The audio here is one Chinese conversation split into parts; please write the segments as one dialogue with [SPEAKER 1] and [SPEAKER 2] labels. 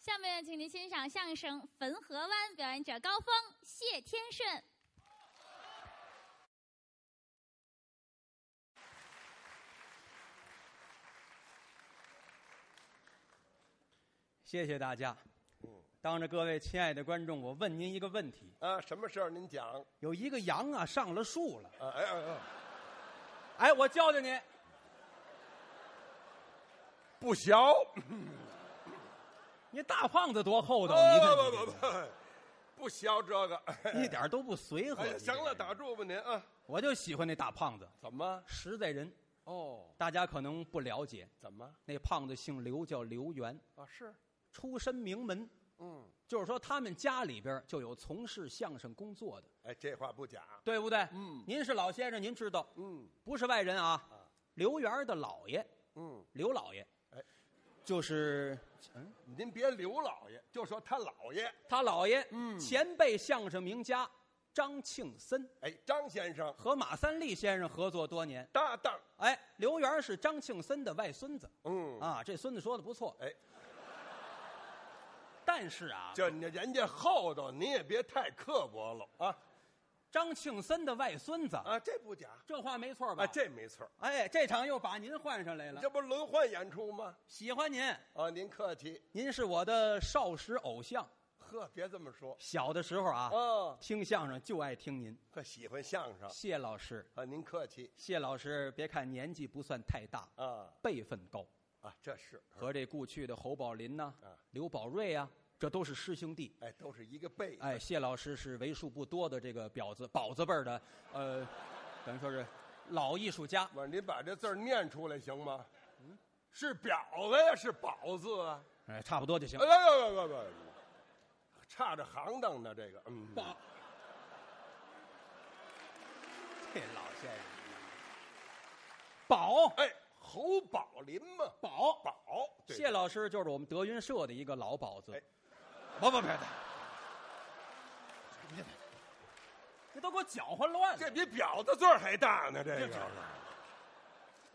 [SPEAKER 1] 下面请您欣赏相声《汾河湾》，表演者高峰、谢天顺。
[SPEAKER 2] 谢谢大家。
[SPEAKER 3] 嗯
[SPEAKER 2] 当着各位亲爱的观众，我问您一个问题：
[SPEAKER 3] 啊，什么事儿您讲？
[SPEAKER 2] 有一个羊啊上了树了，
[SPEAKER 3] 啊，哎哎哎，
[SPEAKER 2] 哎，我教教您，
[SPEAKER 3] 不小，
[SPEAKER 2] 你大胖子多厚道，你看
[SPEAKER 3] 哎不
[SPEAKER 2] 你
[SPEAKER 3] 不不不，不小这个。
[SPEAKER 2] 一点都不随和。
[SPEAKER 3] 哎呀，
[SPEAKER 2] 你
[SPEAKER 3] 行了，
[SPEAKER 2] 这人
[SPEAKER 3] 打住吧您啊！
[SPEAKER 2] 我就喜欢那大胖子，
[SPEAKER 3] 怎么？
[SPEAKER 2] 实在人。
[SPEAKER 3] 哦，
[SPEAKER 2] 大家可能不了解，
[SPEAKER 3] 怎么？
[SPEAKER 2] 那胖子姓刘，叫刘源，
[SPEAKER 3] 啊，是，
[SPEAKER 2] 出身名门。
[SPEAKER 3] 嗯，
[SPEAKER 2] 就是说，他们家里边就有从事相声工作的，
[SPEAKER 3] 哎，这话不假。
[SPEAKER 2] 对不对？
[SPEAKER 3] 嗯
[SPEAKER 2] 您是老先生，您知道，
[SPEAKER 3] 嗯
[SPEAKER 2] 不是外人啊。刘源的姥爷，
[SPEAKER 3] 嗯，
[SPEAKER 2] 刘老爷，
[SPEAKER 3] 哎，
[SPEAKER 2] 就是嗯，
[SPEAKER 3] 您别刘老爷，就说他姥爷。
[SPEAKER 2] 他姥爷，
[SPEAKER 3] 嗯
[SPEAKER 2] 前辈相声名家张庆森
[SPEAKER 3] 哎，张先生，
[SPEAKER 2] 和马三立先生合作多年。
[SPEAKER 3] 搭档。
[SPEAKER 2] 哎，刘源是张庆森的外孙子
[SPEAKER 3] 嗯，
[SPEAKER 2] 啊，这孙子说的不错。
[SPEAKER 3] 哎，
[SPEAKER 2] 但是啊，
[SPEAKER 3] 这你人家厚道，您也别太刻薄了啊
[SPEAKER 2] 张庆森的外孙子，
[SPEAKER 3] 啊，这不假
[SPEAKER 2] 这话没错吧？
[SPEAKER 3] 啊，这没错儿。
[SPEAKER 2] 哎，这场又把您换上来了
[SPEAKER 3] 这，不轮换演出吗？
[SPEAKER 2] 喜欢您，
[SPEAKER 3] 啊，您客气。
[SPEAKER 2] 您是我的少时偶像。
[SPEAKER 3] 呵，别这么说。
[SPEAKER 2] 小的时候啊，
[SPEAKER 3] 啊，
[SPEAKER 2] 听相声就爱听您，
[SPEAKER 3] 可喜欢相声
[SPEAKER 2] 谢老师。
[SPEAKER 3] 啊，您客气
[SPEAKER 2] 谢老师，别看年纪不算太大，
[SPEAKER 3] 啊
[SPEAKER 2] 辈分高，
[SPEAKER 3] 啊，这是
[SPEAKER 2] 和这过去的侯宝林呐、
[SPEAKER 3] 啊
[SPEAKER 2] 刘宝瑞啊，这都是师兄弟。
[SPEAKER 3] 哎，都是一个辈。
[SPEAKER 2] 哎，谢老师是为数不多的这个表子宝子辈儿的，呃，等于说是老艺术家。
[SPEAKER 3] 不是，您把这字儿念出来行吗？是婊子呀，是宝字啊！
[SPEAKER 2] 哎，差不多就行
[SPEAKER 3] 哎。不不不不，差着行当呢，这个嗯，
[SPEAKER 2] 宝，这老先生，宝
[SPEAKER 3] 哎，侯宝林嘛，
[SPEAKER 2] 宝，
[SPEAKER 3] 宝，对
[SPEAKER 2] 谢老师就是我们德云社的一个老宝子
[SPEAKER 3] 哎。
[SPEAKER 2] 不不不，这都给我搅和乱
[SPEAKER 3] 这
[SPEAKER 2] 了。
[SPEAKER 3] 比婊子罪儿还大呢，这
[SPEAKER 2] 这这
[SPEAKER 3] 个。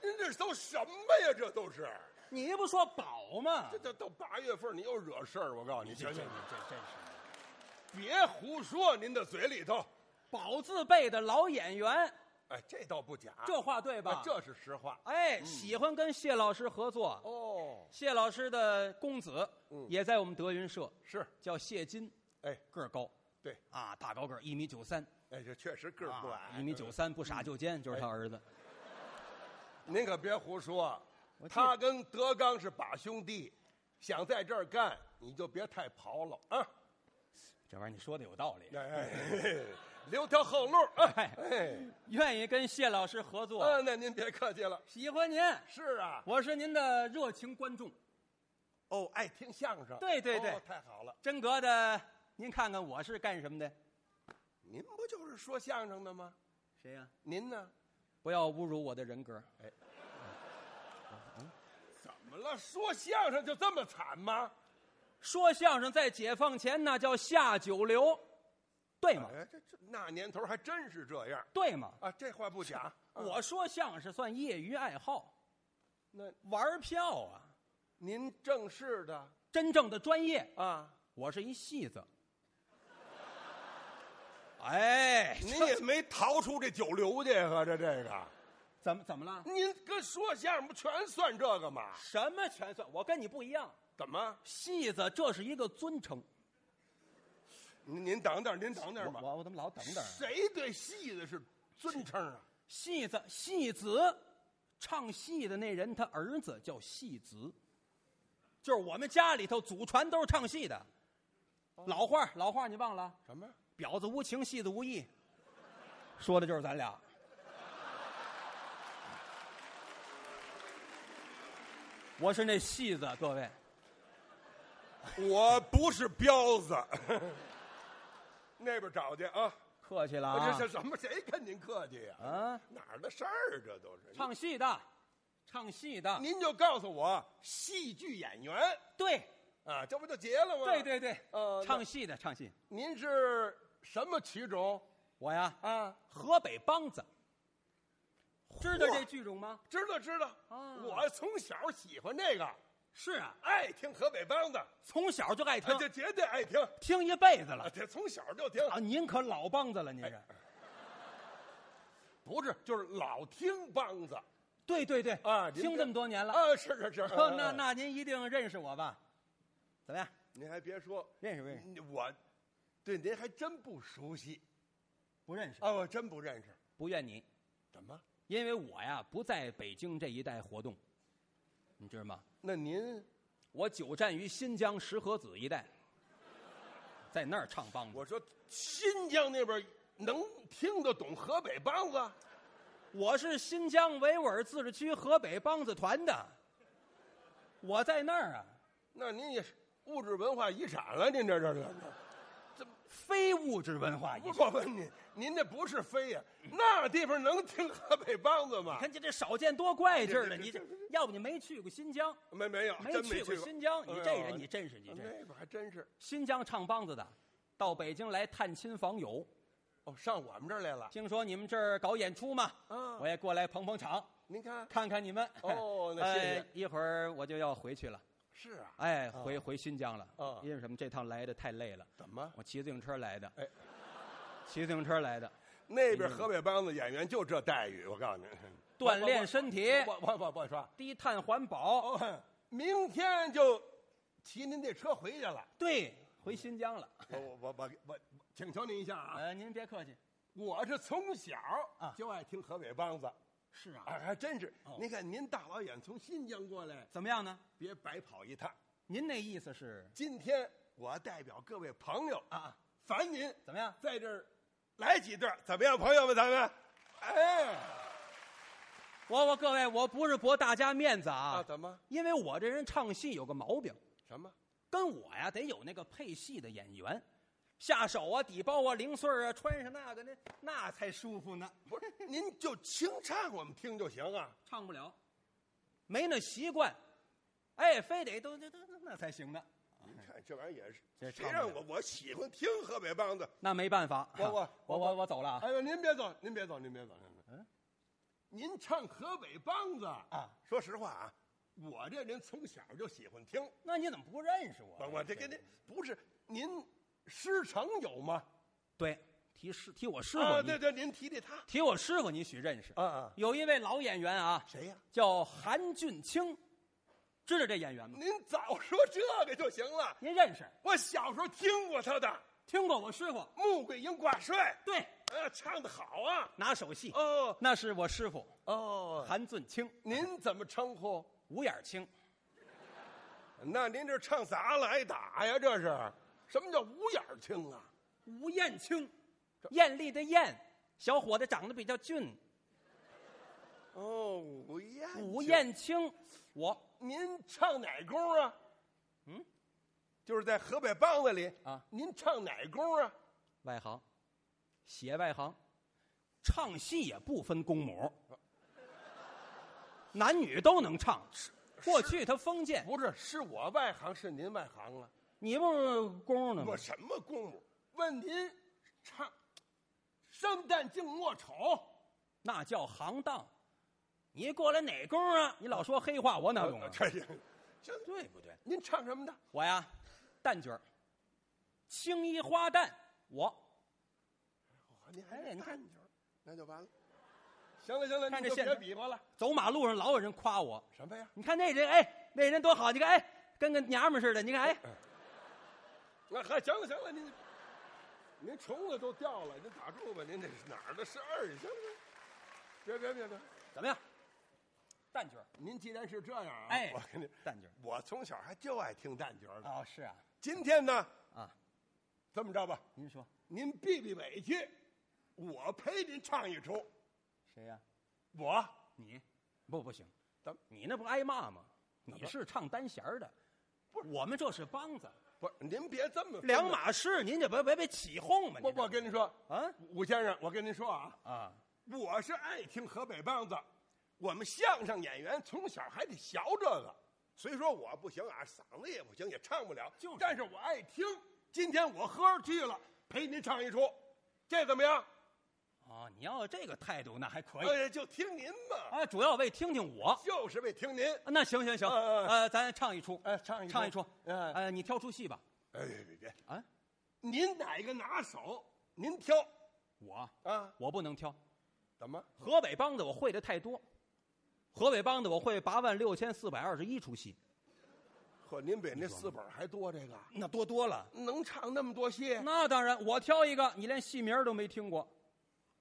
[SPEAKER 3] 您这都什么呀？这都是，
[SPEAKER 2] 你不说宝吗？
[SPEAKER 3] 这这到八月份你又惹事儿，我告诉你，行行，
[SPEAKER 2] 这真是
[SPEAKER 3] 别胡说，您的嘴里头，
[SPEAKER 2] 宝字辈的老演员，
[SPEAKER 3] 哎，这倒不假，
[SPEAKER 2] 这话对吧
[SPEAKER 3] 啊？这是实话。
[SPEAKER 2] 哎，喜欢跟谢老师合作。
[SPEAKER 3] 哦，
[SPEAKER 2] 谢老师的公子
[SPEAKER 3] 嗯
[SPEAKER 2] 也在我们德云社，
[SPEAKER 3] 是，
[SPEAKER 2] 叫谢金，
[SPEAKER 3] 哎，
[SPEAKER 2] 个儿高
[SPEAKER 3] 对，
[SPEAKER 2] 啊，大高个儿一米九三，啊
[SPEAKER 3] 哎，这确实个儿不矮，
[SPEAKER 2] 一米九
[SPEAKER 3] 嗯
[SPEAKER 2] 三，不傻就尖，
[SPEAKER 3] 哎
[SPEAKER 2] 就是他儿子。
[SPEAKER 3] 您可别胡说
[SPEAKER 2] 我，记
[SPEAKER 3] 他跟德刚是把兄弟，想在这儿干，你就别太刨了啊！
[SPEAKER 2] 这玩意儿你说的有道理，
[SPEAKER 3] 哎哎，嘿留条后路啊！
[SPEAKER 2] 哎
[SPEAKER 3] 哎，
[SPEAKER 2] 愿意跟谢老师合作，
[SPEAKER 3] 啊，那您别客气了。
[SPEAKER 2] 喜欢您，
[SPEAKER 3] 是啊，
[SPEAKER 2] 我是您的热情观众。
[SPEAKER 3] 哦，爱听相声，
[SPEAKER 2] 对对对
[SPEAKER 3] 哦太好了。
[SPEAKER 2] 真格的，您看看我是干什么的？
[SPEAKER 3] 您不就是说相声的吗？
[SPEAKER 2] 谁呀、
[SPEAKER 3] 您呢？
[SPEAKER 2] 不要侮辱我的人格。
[SPEAKER 3] 怎么了？说相声就这么惨吗？
[SPEAKER 2] 说相声在解放前那叫下九流，对吗？
[SPEAKER 3] 哎，这这那年头还真是这样
[SPEAKER 2] 对吗？
[SPEAKER 3] 啊！这话不假。啊
[SPEAKER 2] 我说相声算业余爱好，
[SPEAKER 3] 那
[SPEAKER 2] 玩票啊，
[SPEAKER 3] 您正式的
[SPEAKER 2] 真正的专业。
[SPEAKER 3] 啊，
[SPEAKER 2] 我是一戏子。哎，
[SPEAKER 3] 您也没逃出这九流去，合着这个。
[SPEAKER 2] 怎么怎么了？
[SPEAKER 3] 您跟说相声不全算这个吗？
[SPEAKER 2] 什么全算？我跟你不一样，
[SPEAKER 3] 怎么？
[SPEAKER 2] 戏子这是一个尊称。
[SPEAKER 3] 您您等等，您等
[SPEAKER 2] 我
[SPEAKER 3] 等吧。
[SPEAKER 2] 我我怎么老等等啊？
[SPEAKER 3] 谁对戏的是尊称啊？
[SPEAKER 2] 戏子戏子，唱戏的那人他儿子叫戏子，就是我们家里头祖传都是唱戏的。
[SPEAKER 3] 哦
[SPEAKER 2] 老话儿老话儿你忘了？
[SPEAKER 3] 什么？
[SPEAKER 2] 婊子无情，戏子无义，说的就是咱俩。我是那戏子，各位，
[SPEAKER 3] 我不是彪子。 那边找去啊！
[SPEAKER 2] 客气了
[SPEAKER 3] 这
[SPEAKER 2] 啊
[SPEAKER 3] 是！什么？谁跟您客气呀、
[SPEAKER 2] 啊，
[SPEAKER 3] 哪儿的事儿啊？这都是。
[SPEAKER 2] 唱戏的，唱戏的，
[SPEAKER 3] 您就告诉我，戏剧演员
[SPEAKER 2] 对
[SPEAKER 3] 啊，这不就结了吗？
[SPEAKER 2] 对。对对，
[SPEAKER 3] 呃，
[SPEAKER 2] 唱戏的唱戏。
[SPEAKER 3] 那您是什么曲种
[SPEAKER 2] 我呀，
[SPEAKER 3] 啊？
[SPEAKER 2] 河北梆子，知道
[SPEAKER 3] 嚯
[SPEAKER 2] 这剧种吗？
[SPEAKER 3] 知道知道，
[SPEAKER 2] 啊
[SPEAKER 3] 我从小喜欢这个。
[SPEAKER 2] 是啊，呃
[SPEAKER 3] 爱听河北梆子，
[SPEAKER 2] 从小就爱听
[SPEAKER 3] 啊，这绝对爱听，
[SPEAKER 2] 听一辈子
[SPEAKER 3] 啊，
[SPEAKER 2] 了
[SPEAKER 3] 这从小就听，
[SPEAKER 2] 啊！您可老梆子了，您是？
[SPEAKER 3] 不是就是老听梆子
[SPEAKER 2] 对对对
[SPEAKER 3] 啊您
[SPEAKER 2] 听
[SPEAKER 3] 这
[SPEAKER 2] 这呃么多年了，
[SPEAKER 3] 啊，是是是，
[SPEAKER 2] 呵哦
[SPEAKER 3] 啊
[SPEAKER 2] 那那您一定认识我吧？怎么样？
[SPEAKER 3] 您还别说，
[SPEAKER 2] 认识不认识？
[SPEAKER 3] 我对您还真不熟悉
[SPEAKER 2] 不认识，
[SPEAKER 3] 啊，我真不认识，
[SPEAKER 2] 不怨你，
[SPEAKER 3] 怎么？
[SPEAKER 2] 因为我呀不在北京这一带活动，你知道吗？
[SPEAKER 3] 那您
[SPEAKER 2] 我久站于新疆石河子一带，在那儿唱梆子。
[SPEAKER 3] 我说新疆那边能听得懂河北梆子？
[SPEAKER 2] 我是新疆维吾尔自治区河北梆子团的，我在那儿啊，
[SPEAKER 3] 那您也是物质文化遗产了，您这这这这。
[SPEAKER 2] 非物质文化遗
[SPEAKER 3] 不
[SPEAKER 2] 产。
[SPEAKER 3] 不不，您您这不是非呀、那地方能听河北梆子吗？
[SPEAKER 2] 看见这少见多怪劲儿的，
[SPEAKER 3] 这
[SPEAKER 2] 你
[SPEAKER 3] 这
[SPEAKER 2] 这要不你没去过新疆，
[SPEAKER 3] 没没有，
[SPEAKER 2] 没
[SPEAKER 3] 真
[SPEAKER 2] 去
[SPEAKER 3] 过哎
[SPEAKER 2] 新疆，你这人你
[SPEAKER 3] 这
[SPEAKER 2] 真是你这人
[SPEAKER 3] 那边还真是
[SPEAKER 2] 新疆唱梆子的，到北京来探亲访友，
[SPEAKER 3] 哦，上我们这儿来了。
[SPEAKER 2] 听说你们这儿搞演出嘛，
[SPEAKER 3] 啊
[SPEAKER 2] 我也过来捧捧场，
[SPEAKER 3] 您看
[SPEAKER 2] 看看你们。
[SPEAKER 3] 哦那 谢谢
[SPEAKER 2] 哎一会儿我就要回去了，
[SPEAKER 3] 是啊，
[SPEAKER 2] 哎，回回新疆了。
[SPEAKER 3] 啊
[SPEAKER 2] 因为什么？这趟来的太累了，
[SPEAKER 3] 怎么
[SPEAKER 2] 我骑自行车来的。
[SPEAKER 3] 哎
[SPEAKER 2] 骑自行车来的，
[SPEAKER 3] 那边河北梆子演员就这待遇？我 告诉你，
[SPEAKER 2] 锻炼身体，
[SPEAKER 3] 我我我我说，
[SPEAKER 2] 低碳环保。
[SPEAKER 3] 哦，明天就骑您这车回去了。
[SPEAKER 2] 对，回新疆了。
[SPEAKER 3] 我我我我请求您一下啊，
[SPEAKER 2] 呃，您别客气。
[SPEAKER 3] 我是从小
[SPEAKER 2] 啊
[SPEAKER 3] 就爱听河北梆子，
[SPEAKER 2] 是
[SPEAKER 3] 啊，，还真是
[SPEAKER 2] 哦。
[SPEAKER 3] 您看您大老远从新疆过来，
[SPEAKER 2] 怎么样呢？
[SPEAKER 3] 别白跑一趟。
[SPEAKER 2] 您那意思是
[SPEAKER 3] 今天我代表各位朋友啊，
[SPEAKER 2] 啊？
[SPEAKER 3] 烦您
[SPEAKER 2] 怎么样？
[SPEAKER 3] 在这儿来几段，怎么样，朋友们？咱们，哎，
[SPEAKER 2] 我我各位，我不是博大家面子啊，
[SPEAKER 3] 怎么
[SPEAKER 2] 因为我这人唱戏有个毛病，
[SPEAKER 3] 什么？
[SPEAKER 2] 跟我呀得有那个配戏的演员，下手啊、底包啊、零碎儿啊，穿上那个那那才舒服呢。
[SPEAKER 3] 不是，您就清唱我们听就行啊。
[SPEAKER 2] 唱不了，没那习惯，哎，非得都都都那才行呢。
[SPEAKER 3] 您看这玩意儿也是，
[SPEAKER 2] 这
[SPEAKER 3] 谁
[SPEAKER 2] 唱不
[SPEAKER 3] 让
[SPEAKER 2] 了
[SPEAKER 3] 我我喜欢听河北梆子？
[SPEAKER 2] 那没办法，
[SPEAKER 3] 我我
[SPEAKER 2] 我我我走了啊。
[SPEAKER 3] 哎呦，您别走，您别走，您别走，嗯
[SPEAKER 2] 嗯，
[SPEAKER 3] 您唱河北梆子
[SPEAKER 2] 啊？
[SPEAKER 3] 说实话啊，我这人从小就喜欢听，
[SPEAKER 2] 那你怎么不认识我
[SPEAKER 3] 我我这跟您不是您师承有吗？
[SPEAKER 2] 对提师提我师傅
[SPEAKER 3] 啊，
[SPEAKER 2] 你，
[SPEAKER 3] 对对，您提提他
[SPEAKER 2] 提我师傅你许认识。
[SPEAKER 3] 啊啊，
[SPEAKER 2] 有一位老演员啊，
[SPEAKER 3] 谁呀？
[SPEAKER 2] 叫韩俊清，知道这演员吗？
[SPEAKER 3] 您早说这个就行了。
[SPEAKER 2] 您认识？
[SPEAKER 3] 我小时候听过他的《
[SPEAKER 2] 听过我师傅？
[SPEAKER 3] 穆桂英挂帅
[SPEAKER 2] 对，》，
[SPEAKER 3] 呃，唱的好啊。
[SPEAKER 2] 拿手戏，
[SPEAKER 3] 哦
[SPEAKER 2] 那是我师傅
[SPEAKER 3] 哦，
[SPEAKER 2] 韩俊清，
[SPEAKER 3] 您怎么称呼？
[SPEAKER 2] 五眼清。
[SPEAKER 3] 那您这唱砸了挨打呀？这是什么叫五眼青啊？
[SPEAKER 2] 吴艳青，艳丽的艳，小伙子长得比较俊。
[SPEAKER 3] 哦，五眼
[SPEAKER 2] 吴，艳青，我
[SPEAKER 3] 您唱哪功啊？
[SPEAKER 2] 嗯，
[SPEAKER 3] 就是在河北梆子里
[SPEAKER 2] 啊，
[SPEAKER 3] 您唱哪功啊？
[SPEAKER 2] 外行，写外行，唱戏也不分公母，男女都能唱。过去他封建，
[SPEAKER 3] 不是，是我外行，是您外行啊了。
[SPEAKER 2] 你不是公 呢吗
[SPEAKER 3] 我？什么功夫？问您唱《生旦净末丑》。
[SPEAKER 2] 那叫行当。你过来哪公啊？你老说黑话，我哪懂啊？
[SPEAKER 3] 哎这行，行
[SPEAKER 2] 对不对？
[SPEAKER 3] 您唱什么的？
[SPEAKER 2] 我呀，旦角儿，青衣花旦，我
[SPEAKER 3] 哦您
[SPEAKER 2] 还是
[SPEAKER 3] 哎看球，那就完了。行了行了，
[SPEAKER 2] 看
[SPEAKER 3] 你
[SPEAKER 2] 这
[SPEAKER 3] 就
[SPEAKER 2] 现
[SPEAKER 3] 别
[SPEAKER 2] 成
[SPEAKER 3] 比划了。
[SPEAKER 2] 走马路上老有人夸我。
[SPEAKER 3] 什么呀？
[SPEAKER 2] 你看那人，哎，那人多好！你看，哎，跟个娘们儿似的。你看，哎，
[SPEAKER 3] 那还啊行了行了，您您虫子都掉了，您打住吧，您这是哪儿的事儿？行了，行了别别别别，
[SPEAKER 2] 怎么样？旦角儿，
[SPEAKER 3] 您既然是这样啊，
[SPEAKER 2] 哎
[SPEAKER 3] 我跟您，
[SPEAKER 2] 旦角儿。
[SPEAKER 3] 我从小还就爱听旦角儿的。
[SPEAKER 2] 哦，是啊，
[SPEAKER 3] 今天呢，
[SPEAKER 2] 啊，
[SPEAKER 3] 这么着吧，
[SPEAKER 2] 您说
[SPEAKER 3] 您避避委屈，我陪您唱一出。
[SPEAKER 2] 谁呀、
[SPEAKER 3] 我
[SPEAKER 2] 你？不，不行，
[SPEAKER 3] 怎么
[SPEAKER 2] 你那不挨骂吗？你
[SPEAKER 3] 么
[SPEAKER 2] 是唱单弦儿的，
[SPEAKER 3] 不
[SPEAKER 2] 我们这是梆子，
[SPEAKER 3] 不是，您别这么分
[SPEAKER 2] 两
[SPEAKER 3] 了。
[SPEAKER 2] 码事，您这别别别起哄嘛！
[SPEAKER 3] 我我跟您说，
[SPEAKER 2] 啊
[SPEAKER 3] 武先生，我跟您说啊，
[SPEAKER 2] 啊，
[SPEAKER 3] 我是爱听河北梆子，我们相声演员从小还得学这个。虽说我不行啊，嗓子也不行，也唱不了，
[SPEAKER 2] 就是
[SPEAKER 3] 但是我爱听。今天我喝着去了，陪您唱一出，这怎么样？
[SPEAKER 2] 啊，你要有这个态度那还可以
[SPEAKER 3] 哎，就听您吧，
[SPEAKER 2] 啊，主要为听听我。
[SPEAKER 3] 就是为听您。
[SPEAKER 2] 那行行行，
[SPEAKER 3] 嗯嗯嗯
[SPEAKER 2] 呃，咱唱一出，
[SPEAKER 3] 哎，唱一
[SPEAKER 2] 唱一出，
[SPEAKER 3] 嗯，哎，
[SPEAKER 2] 呃，你挑出戏吧。
[SPEAKER 3] 别别别，
[SPEAKER 2] 啊，
[SPEAKER 3] 您哪个拿手，您挑
[SPEAKER 2] 我
[SPEAKER 3] 啊？
[SPEAKER 2] 我不能挑，
[SPEAKER 3] 怎么？
[SPEAKER 2] 河北梆子我会的太多，河北梆子我会八万六千四百二十一出戏，
[SPEAKER 3] 呵，您比那四本还多，这个
[SPEAKER 2] 那多多了。
[SPEAKER 3] 能唱那么多戏？
[SPEAKER 2] 那当然，我挑一个，你连戏名儿都没听过，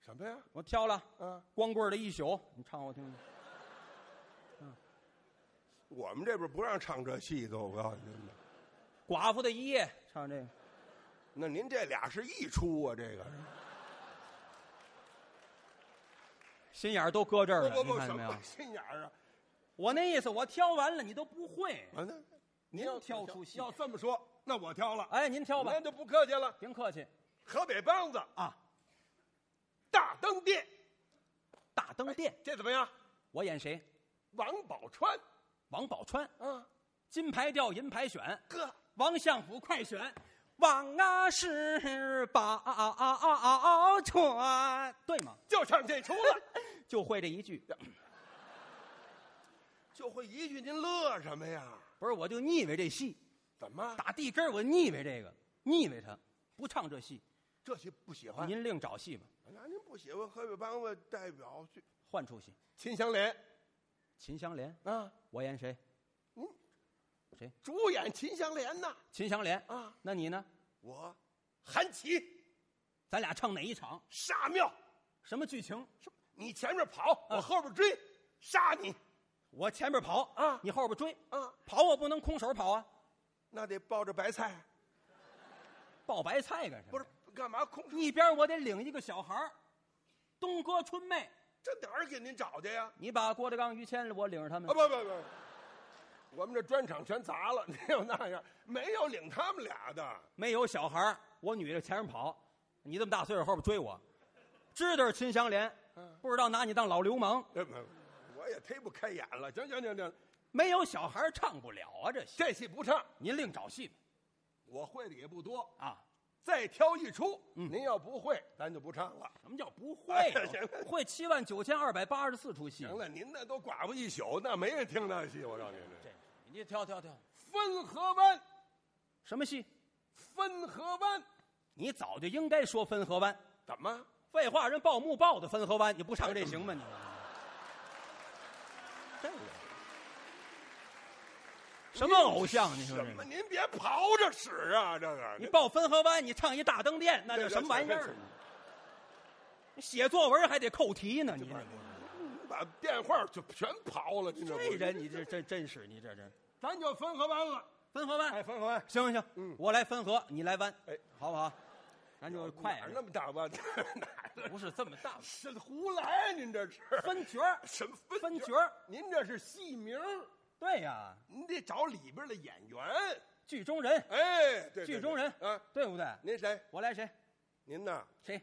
[SPEAKER 3] 什么呀？
[SPEAKER 2] 我挑了
[SPEAKER 3] 啊，
[SPEAKER 2] 《光棍儿的一宿》，你唱我听听。
[SPEAKER 3] 我们这边不让唱这戏的，我告诉您吧。
[SPEAKER 2] 《寡妇的一夜》，唱这个。
[SPEAKER 3] 那您这俩是一出啊？这个
[SPEAKER 2] 心眼儿都搁这儿了，
[SPEAKER 3] 不不
[SPEAKER 2] 你
[SPEAKER 3] 不，
[SPEAKER 2] 看
[SPEAKER 3] 什
[SPEAKER 2] 见没有
[SPEAKER 3] 么？心眼儿啊？
[SPEAKER 2] 我那意思，我挑完了你都不会，
[SPEAKER 3] 完了，
[SPEAKER 2] 您
[SPEAKER 3] 啊要
[SPEAKER 2] 挑出戏
[SPEAKER 3] 要这么说，那我啊挑了。
[SPEAKER 2] 哎，您挑吧
[SPEAKER 3] 那，就不客气了。
[SPEAKER 2] 您客气
[SPEAKER 3] 河北梆子
[SPEAKER 2] 啊。
[SPEAKER 3] 大灯店，
[SPEAKER 2] 大灯店，
[SPEAKER 3] 这怎么样？
[SPEAKER 2] 我演谁？
[SPEAKER 3] 王宝钏
[SPEAKER 2] 哎王宝钏，
[SPEAKER 3] 啊，
[SPEAKER 2] 金牌调，银牌选，
[SPEAKER 3] 哥，
[SPEAKER 2] 王相府快选，王啊是宝钏，对吗？
[SPEAKER 3] 就唱这出了，
[SPEAKER 2] 就会这一 句，
[SPEAKER 3] 就会一句，您乐什么呀？
[SPEAKER 2] 不是我就腻歪这戏，
[SPEAKER 3] 怎么？
[SPEAKER 2] 打地根儿我腻歪这个，腻歪他，不唱这戏，
[SPEAKER 3] 这些不喜欢？
[SPEAKER 2] 您另找戏吧，
[SPEAKER 3] 那您不喜欢河北梆子代表去
[SPEAKER 2] 换出戏。
[SPEAKER 3] 秦香莲
[SPEAKER 2] 秦香莲，
[SPEAKER 3] 啊，
[SPEAKER 2] 我演谁？
[SPEAKER 3] 主演秦香莲呐
[SPEAKER 2] 秦香莲，
[SPEAKER 3] 啊，
[SPEAKER 2] 那你呢？
[SPEAKER 3] 我韩琦
[SPEAKER 2] 咱俩唱哪一场？
[SPEAKER 3] 杀庙，
[SPEAKER 2] 什么剧情？
[SPEAKER 3] 你前面跑，我后边追，杀你
[SPEAKER 2] 我前面跑
[SPEAKER 3] 啊
[SPEAKER 2] 你后边追，
[SPEAKER 3] 啊，
[SPEAKER 2] 跑我不能空手跑啊，
[SPEAKER 3] 那得抱着白菜，
[SPEAKER 2] 抱白菜干什么？
[SPEAKER 3] 不是干嘛空手？
[SPEAKER 2] 一边我得领一个小孩儿，东哥春妹，
[SPEAKER 3] 这哪儿给您找去呀？
[SPEAKER 2] 你把郭德纲、于谦，我领着他们
[SPEAKER 3] 啊，不不不，我们这专场全砸了， 没有那样，没有领他们俩的。
[SPEAKER 2] 没有小孩儿，我女的前面跑，你这么大岁数后边追我，知道是秦香莲，
[SPEAKER 3] 嗯
[SPEAKER 2] 不知道拿你当老流氓。
[SPEAKER 3] 这不， 我也忒不开眼了。行行行行，
[SPEAKER 2] 没有小孩儿唱不了啊，这戏
[SPEAKER 3] 这戏不唱，
[SPEAKER 2] 您另找戏吧
[SPEAKER 3] 我会的也不多，
[SPEAKER 2] 啊。
[SPEAKER 3] 再挑一出。
[SPEAKER 2] 嗯
[SPEAKER 3] 您要不会，咱就不唱了。
[SPEAKER 2] 什么叫不会啊、
[SPEAKER 3] 哎行了
[SPEAKER 2] 会七万九千二百八十四出戏。
[SPEAKER 3] 行了，您那都寡妇一宿，那没人听那戏。我告诉您，
[SPEAKER 2] 这，你挑挑挑，
[SPEAKER 3] 分河湾，
[SPEAKER 2] 什么戏？
[SPEAKER 3] 分河湾，
[SPEAKER 2] 你早就应该说汾河湾。
[SPEAKER 3] 怎么？
[SPEAKER 2] 废话，人报幕报的汾河湾，你不唱这行 吗？你这个什么偶像？你说
[SPEAKER 3] 什么？
[SPEAKER 2] 这
[SPEAKER 3] 您别刨着使啊！这个
[SPEAKER 2] 你报汾河湾，你唱一大灯店，那叫什么玩意儿？？啊你写作文还得扣题呢，你这
[SPEAKER 3] 把电话就全刨了，您这
[SPEAKER 2] 这人你这真真是你这这
[SPEAKER 3] 咱就分河湾了。
[SPEAKER 2] 汾河湾，
[SPEAKER 3] 哎分河湾，
[SPEAKER 2] 行行行
[SPEAKER 3] 嗯，
[SPEAKER 2] 我来汾河，你来湾，
[SPEAKER 3] 哎，
[SPEAKER 2] 好不好？咱就快
[SPEAKER 3] 呃哪儿
[SPEAKER 2] 点
[SPEAKER 3] 那么大湾？ 哪儿的？
[SPEAKER 2] 不是这么 大，
[SPEAKER 3] 是胡来，您这是
[SPEAKER 2] 分角儿
[SPEAKER 3] 什么分
[SPEAKER 2] 分角
[SPEAKER 3] 角？
[SPEAKER 2] 儿
[SPEAKER 3] 您这是戏名儿，
[SPEAKER 2] 对呀，
[SPEAKER 3] 您得找里边的演员。
[SPEAKER 2] 剧中人，
[SPEAKER 3] 哎，对，对
[SPEAKER 2] 剧中人
[SPEAKER 3] 对啊，
[SPEAKER 2] 对不对？
[SPEAKER 3] 您谁？
[SPEAKER 2] 我来谁？
[SPEAKER 3] 您呐，
[SPEAKER 2] 谁？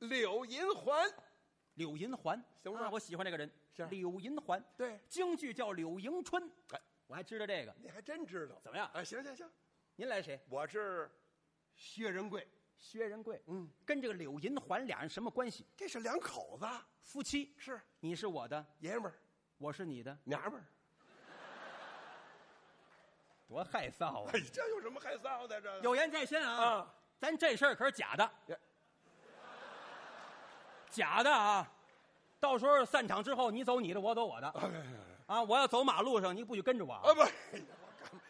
[SPEAKER 3] 柳银环。
[SPEAKER 2] 柳银环，
[SPEAKER 3] 行吧
[SPEAKER 2] 啊我喜欢这个人，
[SPEAKER 3] 是
[SPEAKER 2] 柳银环，
[SPEAKER 3] 对，
[SPEAKER 2] 京剧叫柳迎春
[SPEAKER 3] 哎，
[SPEAKER 2] 我还知道这个。
[SPEAKER 3] 你还真知道。
[SPEAKER 2] 怎么样？
[SPEAKER 3] 啊，行行行，
[SPEAKER 2] 您来谁？
[SPEAKER 3] 我是薛仁贵。
[SPEAKER 2] 薛仁贵，
[SPEAKER 3] 嗯，
[SPEAKER 2] 跟这个柳银环俩人什么关系？
[SPEAKER 3] 这是两口子，
[SPEAKER 2] 夫妻，
[SPEAKER 3] 是
[SPEAKER 2] 你是我的，
[SPEAKER 3] 爷们儿
[SPEAKER 2] 我是你的，
[SPEAKER 3] 娘们儿。
[SPEAKER 2] 多害臊啊
[SPEAKER 3] 哎！，这有什么害臊的？这
[SPEAKER 2] 有言在先啊，
[SPEAKER 3] 啊，
[SPEAKER 2] 咱这事儿可是假的
[SPEAKER 3] 也，
[SPEAKER 2] 假的啊！到时候散场之后，你走你的，我走我的啊！我要走马路上，你不许跟着我啊
[SPEAKER 3] 啊！不， 哎呀我干嘛？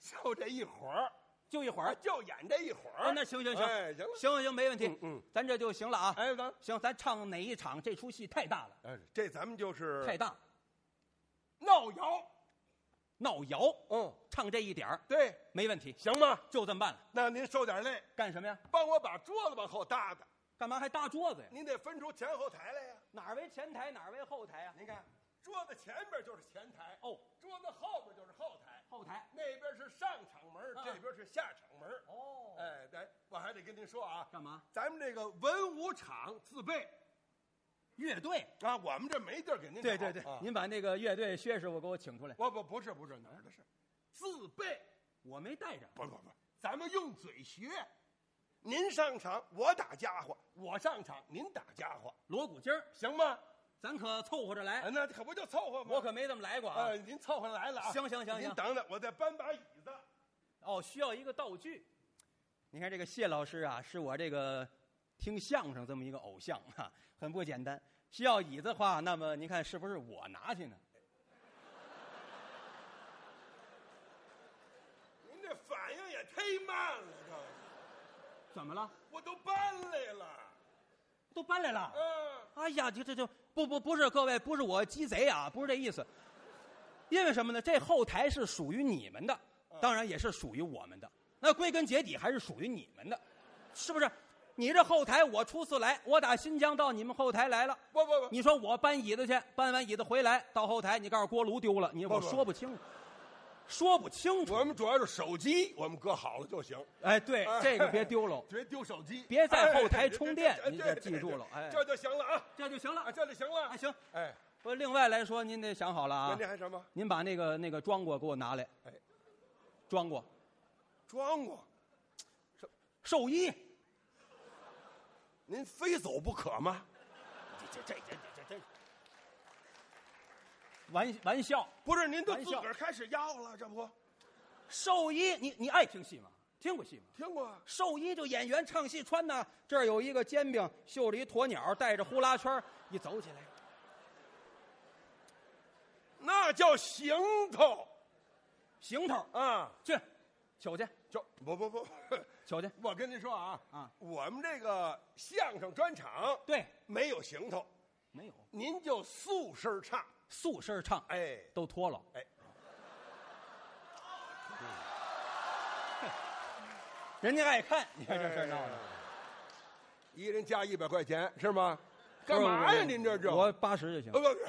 [SPEAKER 3] 就这一会儿，
[SPEAKER 2] 就一会
[SPEAKER 3] 啊
[SPEAKER 2] 儿，
[SPEAKER 3] 就演这一会
[SPEAKER 2] 啊
[SPEAKER 3] 儿。
[SPEAKER 2] 那行行行
[SPEAKER 3] 哎，行了，
[SPEAKER 2] 行行行，没问题
[SPEAKER 3] 嗯，嗯
[SPEAKER 2] 咱这就行了啊！
[SPEAKER 3] 哎，咱
[SPEAKER 2] 行，咱唱哪一场？这出戏太大了，
[SPEAKER 3] 哎，这咱们就是
[SPEAKER 2] 太大，
[SPEAKER 3] 闹摇，
[SPEAKER 2] 闹摇，
[SPEAKER 3] 嗯，
[SPEAKER 2] 唱这一点儿
[SPEAKER 3] 对，
[SPEAKER 2] 没问题，
[SPEAKER 3] 行吗？
[SPEAKER 2] 就这么办了。
[SPEAKER 3] 那您受点累，
[SPEAKER 2] 干什么呀？
[SPEAKER 3] 帮我把桌子往后搭搭，
[SPEAKER 2] 干嘛还搭桌子呀？
[SPEAKER 3] 您得分出前后台来呀。
[SPEAKER 2] 哪儿为前台，哪儿为后台啊呀？
[SPEAKER 3] 您看，桌子前边就是前台，
[SPEAKER 2] 哦，
[SPEAKER 3] 桌子后边就是后台，
[SPEAKER 2] 后台。
[SPEAKER 3] 那边是上场门，
[SPEAKER 2] 啊
[SPEAKER 3] 这边是下场门。
[SPEAKER 2] 哦，
[SPEAKER 3] 哎，对，我还得跟您说啊，
[SPEAKER 2] 干嘛？
[SPEAKER 3] 咱们这个文武场自备
[SPEAKER 2] 乐队。
[SPEAKER 3] 啊，我们这没地儿给您
[SPEAKER 2] 对
[SPEAKER 3] 找
[SPEAKER 2] 对对
[SPEAKER 3] 啊，
[SPEAKER 2] 您把那个乐队薛师傅给我请出来。
[SPEAKER 3] 我不不是不是哪儿的事，自备
[SPEAKER 2] 我没带着，
[SPEAKER 3] 不不不，咱们用嘴学，您上场，我打家伙；我上场，您打家伙，
[SPEAKER 2] 锣鼓今儿，
[SPEAKER 3] 行吗？
[SPEAKER 2] 咱可凑合着来
[SPEAKER 3] 啊，，那可不就凑合吗？
[SPEAKER 2] 哎我可没这么来过啊
[SPEAKER 3] 啊，。您凑合来了啊。
[SPEAKER 2] 行行行
[SPEAKER 3] 您
[SPEAKER 2] 行，
[SPEAKER 3] 等等，我再搬把椅子。
[SPEAKER 2] 哦，需要一个道具。你看这个谢老师啊，是我这个听相声这么一个偶像啊， 很不简单。需要椅子的话，那么您看是不是我拿去呢？
[SPEAKER 3] 您这反应也忒慢了，这个
[SPEAKER 2] 怎么了？
[SPEAKER 3] 我都搬来了。
[SPEAKER 2] 都搬来了。
[SPEAKER 3] 嗯，
[SPEAKER 2] 哎呀，这这这不不不是各位，不是我鸡贼啊，不是这意思。 因为什么呢？这后台是属于你们的，当然也是属于我们的。那归根结底还是属于你们的，是不是？你这后台我初次来，我打新疆到你们后台来了。
[SPEAKER 3] 不不不，
[SPEAKER 2] 你说我搬椅子去，搬完椅子回来到后台，你告诉锅炉丢了，你我
[SPEAKER 3] 不不
[SPEAKER 2] 说不清楚，说不清楚。
[SPEAKER 3] 我们主要是手机，我们搁好了就行，
[SPEAKER 2] 哎，对，
[SPEAKER 3] 哎
[SPEAKER 2] 这个别丢了，
[SPEAKER 3] 别丢手机，
[SPEAKER 2] 别在后台
[SPEAKER 3] 哎
[SPEAKER 2] 充电
[SPEAKER 3] 对对对
[SPEAKER 2] 您
[SPEAKER 3] 对
[SPEAKER 2] 这
[SPEAKER 3] 对
[SPEAKER 2] 记住
[SPEAKER 3] 对
[SPEAKER 2] 了哎
[SPEAKER 3] 这就行了啊，
[SPEAKER 2] 这就行
[SPEAKER 3] 啊，
[SPEAKER 2] 了。
[SPEAKER 3] 这就行了。
[SPEAKER 2] 哎，行。
[SPEAKER 3] 哎，
[SPEAKER 2] 不，另外来说，您得想好了
[SPEAKER 3] 那
[SPEAKER 2] 啊
[SPEAKER 3] 您。还什么？
[SPEAKER 2] 您把那个那个装过给我拿来。
[SPEAKER 3] 哎，
[SPEAKER 2] 装过
[SPEAKER 3] 装过，
[SPEAKER 2] 寿衣，
[SPEAKER 3] 您非走不可吗？
[SPEAKER 2] 这这这这这这这，玩玩笑，
[SPEAKER 3] 不是，您都
[SPEAKER 2] 玩
[SPEAKER 3] 自
[SPEAKER 2] 笑
[SPEAKER 3] 个儿开始要了，这不
[SPEAKER 2] 寿衣，你你爱听戏吗？听过戏吗？
[SPEAKER 3] 听过啊？
[SPEAKER 2] 寿衣就演员唱戏穿的，这儿有一个煎饼，绣着一鸵鸟，带着呼啦圈儿一走起来，
[SPEAKER 3] 那叫行头
[SPEAKER 2] 行头儿
[SPEAKER 3] 啊！
[SPEAKER 2] 去，瞅去，
[SPEAKER 3] 就不不不，
[SPEAKER 2] 瞅去
[SPEAKER 3] 我跟您说啊，
[SPEAKER 2] 啊！
[SPEAKER 3] 我们这个相声专场
[SPEAKER 2] 对，
[SPEAKER 3] 没有行头，
[SPEAKER 2] 没有
[SPEAKER 3] 您就素身唱，
[SPEAKER 2] 素身唱，
[SPEAKER 3] 哎，
[SPEAKER 2] 都脱了。
[SPEAKER 3] 哎，
[SPEAKER 2] 嗯人家爱看，你看这事儿闹
[SPEAKER 3] 哎
[SPEAKER 2] 的。
[SPEAKER 3] 一人加一百块钱是吗？
[SPEAKER 2] 不是
[SPEAKER 3] 干嘛呀？
[SPEAKER 2] 不是
[SPEAKER 3] 您这就呃
[SPEAKER 2] 我八十就行
[SPEAKER 3] 不。不，不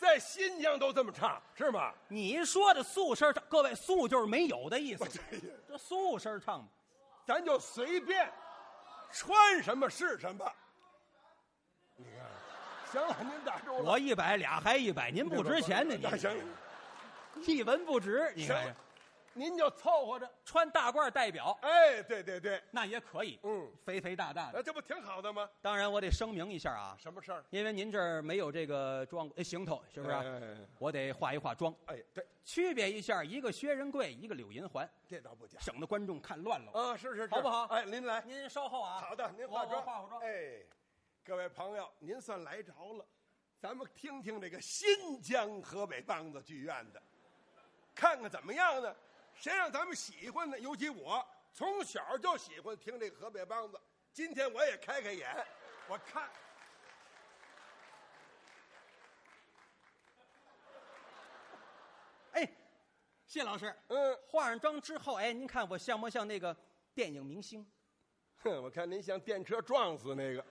[SPEAKER 3] 在新疆都这么唱是吗？
[SPEAKER 2] 你说的素身唱，各位素就是没有的意思
[SPEAKER 3] 我，这
[SPEAKER 2] 这素身唱嘛
[SPEAKER 3] 咱就随便，穿什么是什么。你看，行了，您打住了。
[SPEAKER 2] 我一百俩还一百，您不值钱呢，你
[SPEAKER 3] 行行，
[SPEAKER 2] 一文不值。你看
[SPEAKER 3] 行，您就凑合着。
[SPEAKER 2] 穿大褂代表
[SPEAKER 3] 哎，对对对，
[SPEAKER 2] 那也可以，
[SPEAKER 3] 嗯，
[SPEAKER 2] 肥肥大大的
[SPEAKER 3] 那。这不挺好的吗？
[SPEAKER 2] 当然，我得声明一下啊，
[SPEAKER 3] 什么事儿？
[SPEAKER 2] 因为您这儿没有这个装哎行头，是
[SPEAKER 3] 是
[SPEAKER 2] 不是啊？我得化一化妆，
[SPEAKER 3] 哎，对，
[SPEAKER 2] 区别一下，一个薛仁贵，一个柳银环，
[SPEAKER 3] 这倒不假。
[SPEAKER 2] 省得观众看乱了。
[SPEAKER 3] 啊，是是是，
[SPEAKER 2] 好不好
[SPEAKER 3] 哎，您来。
[SPEAKER 2] 您稍后啊，
[SPEAKER 3] 好的，您
[SPEAKER 2] 我
[SPEAKER 3] 化妆，
[SPEAKER 2] 我化化妆。
[SPEAKER 3] 哎，各位朋友，您算来着了，咱们听听这个新疆河北梆子剧院的，看看怎么样呢？谁让咱们喜欢呢？尤其我从小就喜欢听这个河北梆子，今天我也开开眼，我看
[SPEAKER 2] 哎，谢老师，
[SPEAKER 3] 嗯，
[SPEAKER 2] 化上妆之后，哎，您看我像不像那个电影明星？
[SPEAKER 3] 哼，我看您像电车撞死那个，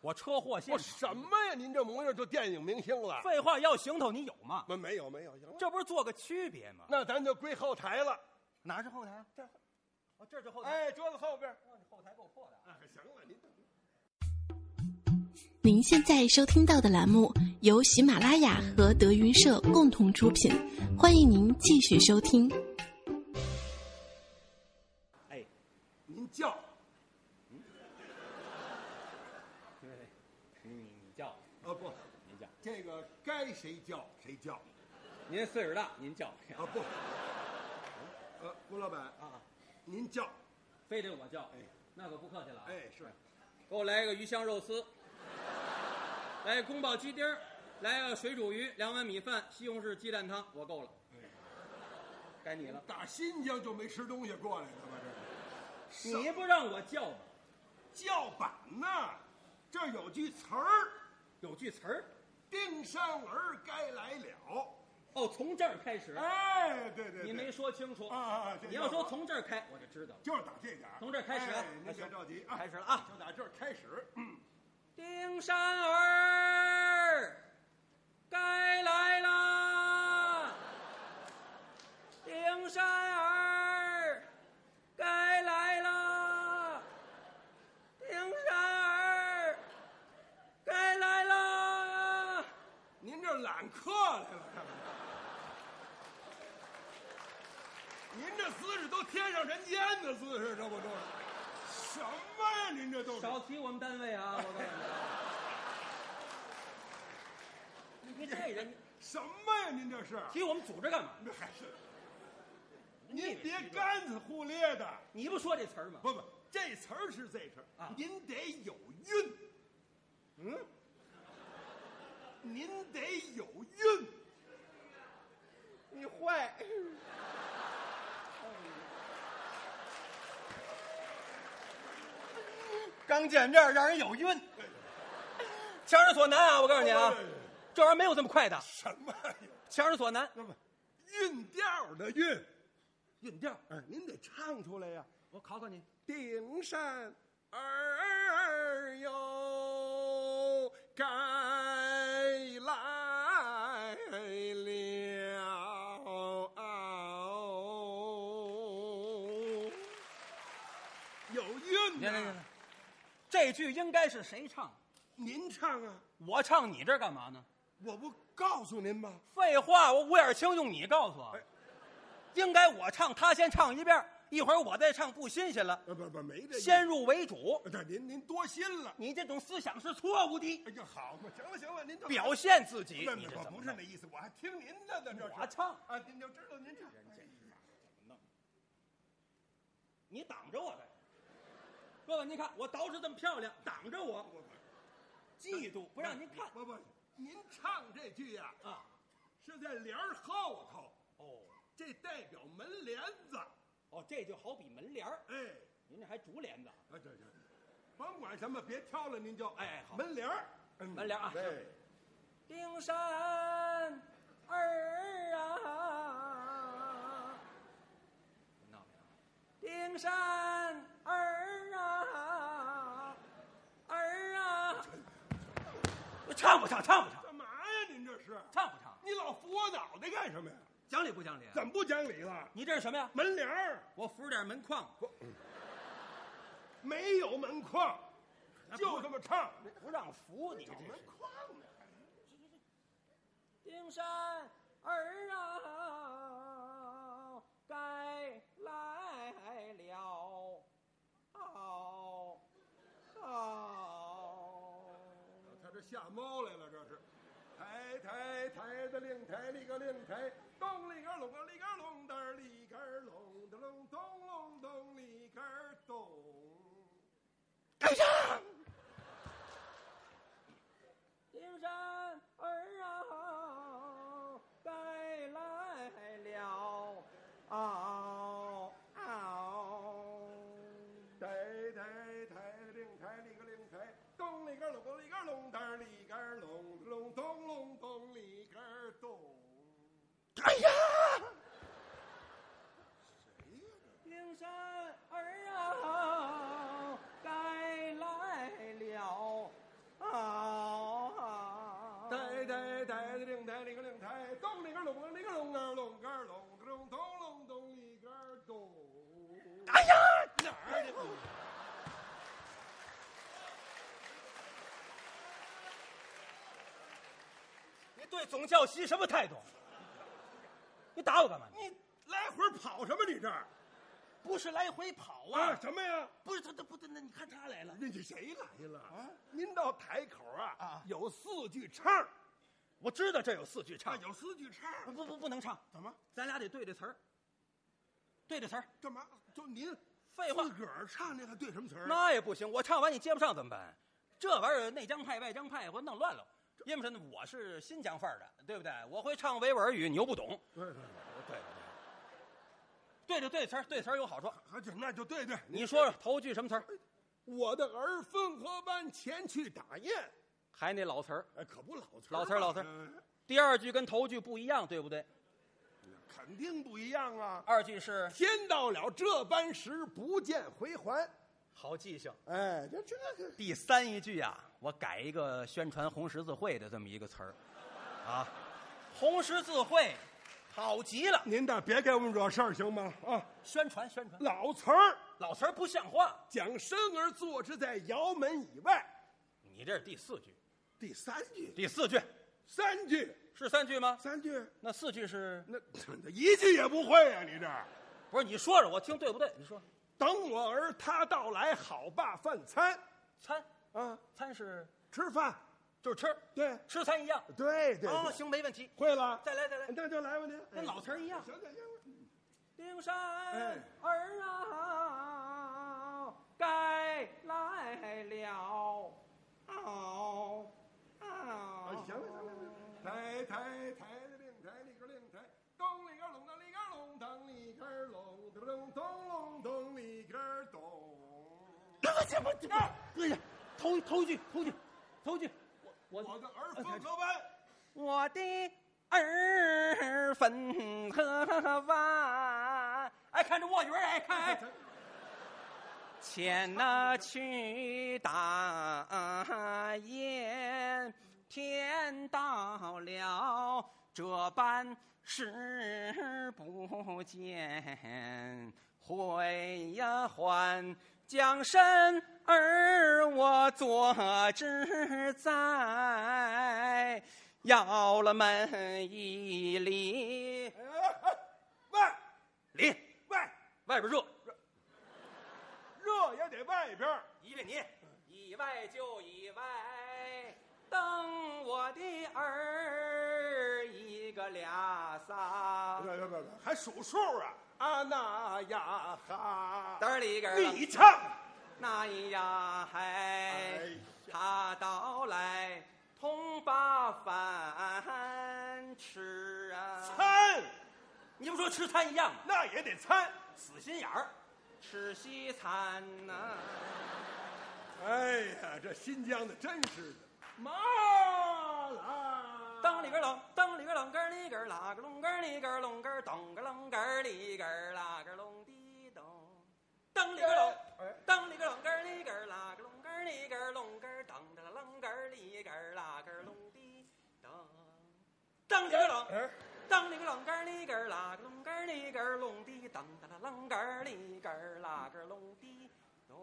[SPEAKER 2] 我车祸现
[SPEAKER 3] 我
[SPEAKER 2] 场。
[SPEAKER 3] 什么呀？您这模样就电影明星了？
[SPEAKER 2] 废话，要行头你有吗？
[SPEAKER 3] 没没有没有，行了，
[SPEAKER 2] 这不是做个区别吗？
[SPEAKER 3] 那咱就归后台了。
[SPEAKER 2] 哪是后台啊？这，哦，这是后台。
[SPEAKER 3] 哎，桌子后边儿，
[SPEAKER 2] 哦，这后台够破的啊。
[SPEAKER 3] 哎，行了，您等。
[SPEAKER 4] 您现在收听到的栏目由喜马拉雅和德云社共同出品，欢迎您继续收听。
[SPEAKER 2] 哎，
[SPEAKER 3] 您叫
[SPEAKER 2] 你你你叫，
[SPEAKER 3] 啊不，
[SPEAKER 2] 您叫，
[SPEAKER 3] 这个该谁叫谁叫啊
[SPEAKER 2] 您岁数大，您叫
[SPEAKER 3] 不，呃，郭老板，
[SPEAKER 2] 啊，
[SPEAKER 3] 您叫，
[SPEAKER 2] 非得我叫，
[SPEAKER 3] 哎
[SPEAKER 2] 那可不客气了啊。
[SPEAKER 3] 哎是，
[SPEAKER 2] 给我来一个鱼香肉丝，来个宫保鸡丁儿来个水煮鱼，两碗米饭，西红柿鸡蛋汤，我够了。 该你了，
[SPEAKER 3] 打新疆就没吃东西过来的吧？这是
[SPEAKER 2] 你不让我叫吗？
[SPEAKER 3] 叫板呢？这有句词儿
[SPEAKER 2] 有句词儿，：“
[SPEAKER 3] 丁山儿该来了。
[SPEAKER 2] 哦，从这儿开”始，
[SPEAKER 3] 哎，对对，对
[SPEAKER 2] 你没说清楚
[SPEAKER 3] 啊啊啊这
[SPEAKER 2] 你要说从这儿开，我就知道了。
[SPEAKER 3] 就是打这点儿，
[SPEAKER 2] 从这儿开始啊
[SPEAKER 3] 哎您别着急啊，
[SPEAKER 2] 开始了啊
[SPEAKER 3] 就打这儿开始。
[SPEAKER 2] 丁山儿该来啦！丁山儿该来啦！丁山儿该来啦！
[SPEAKER 3] 您这揽客来了，您这姿势都天上人间的姿势，这不都是什么呀？您这都是
[SPEAKER 2] 少提我们单位啊！我告诉你，你这人
[SPEAKER 3] 什么呀？您这是，
[SPEAKER 2] 提我们组织干嘛？
[SPEAKER 3] 还是
[SPEAKER 2] 以为
[SPEAKER 3] 您
[SPEAKER 2] 是
[SPEAKER 3] 别
[SPEAKER 2] 这个
[SPEAKER 3] 干死忽略的，
[SPEAKER 2] 你不说这词儿吗？
[SPEAKER 3] 不不，这词儿是这词儿
[SPEAKER 2] 啊
[SPEAKER 3] 您得有韵，嗯，您得有韵，你坏。
[SPEAKER 2] 刚见这儿让人有晕，强人所难啊！我告诉你啊，这玩意儿没有这么快的，
[SPEAKER 3] 什么呀？
[SPEAKER 2] 强人所难。
[SPEAKER 3] 那么韵调的韵，
[SPEAKER 2] 韵调，
[SPEAKER 3] 哎，您得唱出来呀、
[SPEAKER 2] 我考考你，
[SPEAKER 3] 顶山儿哟，哎该来了。有韵
[SPEAKER 2] 来来
[SPEAKER 3] 呐、
[SPEAKER 2] 来，这句应该是谁唱？
[SPEAKER 3] 您唱啊，
[SPEAKER 2] 我唱你这儿干嘛呢？
[SPEAKER 3] 我不告诉您吗？
[SPEAKER 2] 废话，我五眼青用你告诉我
[SPEAKER 3] 哎，
[SPEAKER 2] 应该我唱，他先唱一遍儿，一会儿我再唱，不新鲜了。
[SPEAKER 3] 呃，不不，没这意思
[SPEAKER 2] 先。入为主，
[SPEAKER 3] 这您您多心了。
[SPEAKER 2] 你这种思想是错误的，
[SPEAKER 3] 哎呀，好嘛，行了行了，您都
[SPEAKER 2] 表现自己。
[SPEAKER 3] 那
[SPEAKER 2] 你这
[SPEAKER 3] 我
[SPEAKER 2] 怎么
[SPEAKER 3] 不是
[SPEAKER 2] 弄
[SPEAKER 3] 那意思，我还听您的呢，这是
[SPEAKER 2] 我唱，
[SPEAKER 3] 啊，您就知道您唱。哎呀
[SPEAKER 2] 你挡着我呗。各位，您看我捯饬这么漂亮，挡着我，嫉妒不让您看
[SPEAKER 3] 不不，您唱这句呀、
[SPEAKER 2] 啊。
[SPEAKER 3] 是在帘儿后头，
[SPEAKER 2] 哦
[SPEAKER 3] 这代表门帘子。
[SPEAKER 2] 哦，这就好比门帘儿，
[SPEAKER 3] 哎，
[SPEAKER 2] 您这还竹帘子啊？
[SPEAKER 3] 啊这这，甭管什么，别挑了，您就
[SPEAKER 2] 哎好
[SPEAKER 3] 门帘儿，嗯
[SPEAKER 2] 门帘儿啊
[SPEAKER 3] 哎，
[SPEAKER 2] 丁山儿啊，丁山儿啊，儿啊，唱不唱？唱不唱？
[SPEAKER 3] 干嘛呀？您这是，
[SPEAKER 2] 唱不唱？
[SPEAKER 3] 你老扶我脑袋干什么呀？
[SPEAKER 2] 讲理不讲理？啊
[SPEAKER 3] 怎么不讲理了？
[SPEAKER 2] 你这是什么呀？
[SPEAKER 3] 门帘儿
[SPEAKER 2] 我扶着点门框，
[SPEAKER 3] 没有门框，就这么唱。
[SPEAKER 2] 不让扶你这
[SPEAKER 3] 门框呢？
[SPEAKER 2] 丁山儿啊，该来了，好，好。
[SPEAKER 3] 他这吓猫来了，这是。抬抬抬的令抬里个令抬，咚里个隆个里个隆的儿里个儿隆的隆咚隆咚里个儿咚。干啥？
[SPEAKER 2] 丁山儿啊，该来了，嗷嗷。
[SPEAKER 3] 抬抬抬令抬里个令抬，咚里个隆个里个隆的儿里个儿隆的隆咚隆咚里个儿咚。哎呀！
[SPEAKER 2] 丁山儿啊，该来了，啊！
[SPEAKER 3] 抬抬抬的令抬里个令抬，咚里个隆个里个隆个隆个隆个隆咚隆咚里个咚。哎呀，哪儿的？
[SPEAKER 2] 你对总教习什么态度？你打我干嘛？
[SPEAKER 3] 你来回跑什么？你这儿
[SPEAKER 2] 不是来回跑
[SPEAKER 3] 啊？什么呀？
[SPEAKER 2] 不是他，他不，那你看他来了，
[SPEAKER 3] 那这谁来了？啊，您到台口啊，有四句唱，
[SPEAKER 2] 我知道这有四句
[SPEAKER 3] 啊
[SPEAKER 2] 唱，，
[SPEAKER 3] 有四句唱，
[SPEAKER 2] 哎不不不，不能唱，
[SPEAKER 3] 怎么？
[SPEAKER 2] 咱俩得对着词儿，对着词儿，
[SPEAKER 3] 干嘛？就您
[SPEAKER 2] 废话
[SPEAKER 3] 自个儿唱那个对什么词儿？
[SPEAKER 2] 嗯
[SPEAKER 3] 啊
[SPEAKER 2] 那也不行，我唱完你接不上怎么办？这玩意儿内江派外江派，我弄乱了。因为什么？我是新疆范儿的，对不对？我会唱维吾尔语，你又不懂。
[SPEAKER 3] 对对对，
[SPEAKER 2] 对着对词儿，对词儿有好处。
[SPEAKER 3] 而且啊那就对对，
[SPEAKER 2] 你说说头句什么词儿？
[SPEAKER 3] 我的儿分河班前去打雁，
[SPEAKER 2] 还那老词儿。
[SPEAKER 3] 哎，可不老词
[SPEAKER 2] 老词儿老词儿
[SPEAKER 3] 儿吧，嗯
[SPEAKER 2] 第二句跟头句不一样，对不对？
[SPEAKER 3] 肯定不一样啊！
[SPEAKER 2] 二句是
[SPEAKER 3] 天到了这般时，不见回还。
[SPEAKER 2] 好记性。
[SPEAKER 3] 哎，这这个
[SPEAKER 2] 第三一句啊，我改一个宣传红十字会的这么一个词儿，啊，红十字会，好极了，
[SPEAKER 3] 您倒别给我们惹事儿行吗？啊，
[SPEAKER 2] 宣传宣传，
[SPEAKER 3] 老词儿
[SPEAKER 2] 老词儿不像话。
[SPEAKER 3] 讲生而坐之在窑门以外，
[SPEAKER 2] 你这是第四句，
[SPEAKER 3] 第三句，
[SPEAKER 2] 第四句
[SPEAKER 3] 三句，
[SPEAKER 2] 是三句吗？
[SPEAKER 3] 三句，
[SPEAKER 2] 那四句是
[SPEAKER 3] 那那一句也不会啊！你这
[SPEAKER 5] 不是你说说，我听对不对？你说
[SPEAKER 3] 等我儿他到来，好罢饭餐
[SPEAKER 5] 餐
[SPEAKER 3] 啊，
[SPEAKER 5] 餐是
[SPEAKER 3] 吃饭。
[SPEAKER 5] 就是吃，
[SPEAKER 3] 对
[SPEAKER 5] 吃餐一样。
[SPEAKER 3] 对哎对
[SPEAKER 5] 哦，
[SPEAKER 3] 对
[SPEAKER 5] 行，没问题。
[SPEAKER 3] 会了，
[SPEAKER 5] 再来再来，
[SPEAKER 3] 那就来吧您。
[SPEAKER 5] 跟老词儿一样。
[SPEAKER 3] 行行行，
[SPEAKER 5] 灵山
[SPEAKER 3] 哎
[SPEAKER 5] 儿啊，
[SPEAKER 6] 该来了。嗷嗷！
[SPEAKER 3] 行了行了行了，抬抬抬的令抬里个令抬，咚里个隆当里个隆当里个隆，咚咚咚隆咚里个咚。
[SPEAKER 5] 对呀，头头一句，头一句，头一句。我
[SPEAKER 3] 我的儿风和湾，
[SPEAKER 5] 我的儿粉和碗，哎，看这卧云儿，哎，看哎，前那去打雁，天到了这般时不见，回呀还。将身儿我坐之在，要了门一里
[SPEAKER 3] 哎哎哎，外
[SPEAKER 5] 里，
[SPEAKER 3] 外
[SPEAKER 5] 外边热，
[SPEAKER 3] 热也得外边儿
[SPEAKER 5] 依着你，以外就以外，等我的儿一个俩仨
[SPEAKER 3] 不，不不，还数数啊！啊那呀哈，
[SPEAKER 5] 嘚儿里个儿了
[SPEAKER 3] 你唱，
[SPEAKER 5] 那咿呀嗨
[SPEAKER 3] 哎呀，
[SPEAKER 5] 他到来同把饭吃 啊！
[SPEAKER 3] 参
[SPEAKER 5] 你不说吃餐一样吗？
[SPEAKER 3] 那也得参。
[SPEAKER 5] 死心眼儿，吃西餐呐、
[SPEAKER 3] 哎呀，这新疆的真是的，
[SPEAKER 5] 妈
[SPEAKER 3] 啊
[SPEAKER 5] 当里个啷，当里个啷，个里个啦个隆个里个隆个咚个啷个里个啦个隆滴咚，当里个啷，当里个啷个里个啦个隆个里个隆个咚个啷个里个啦个隆滴咚，当里个啷，当里个啷个里个啦个隆个里个隆滴咚个啷个里个啦个隆滴咚，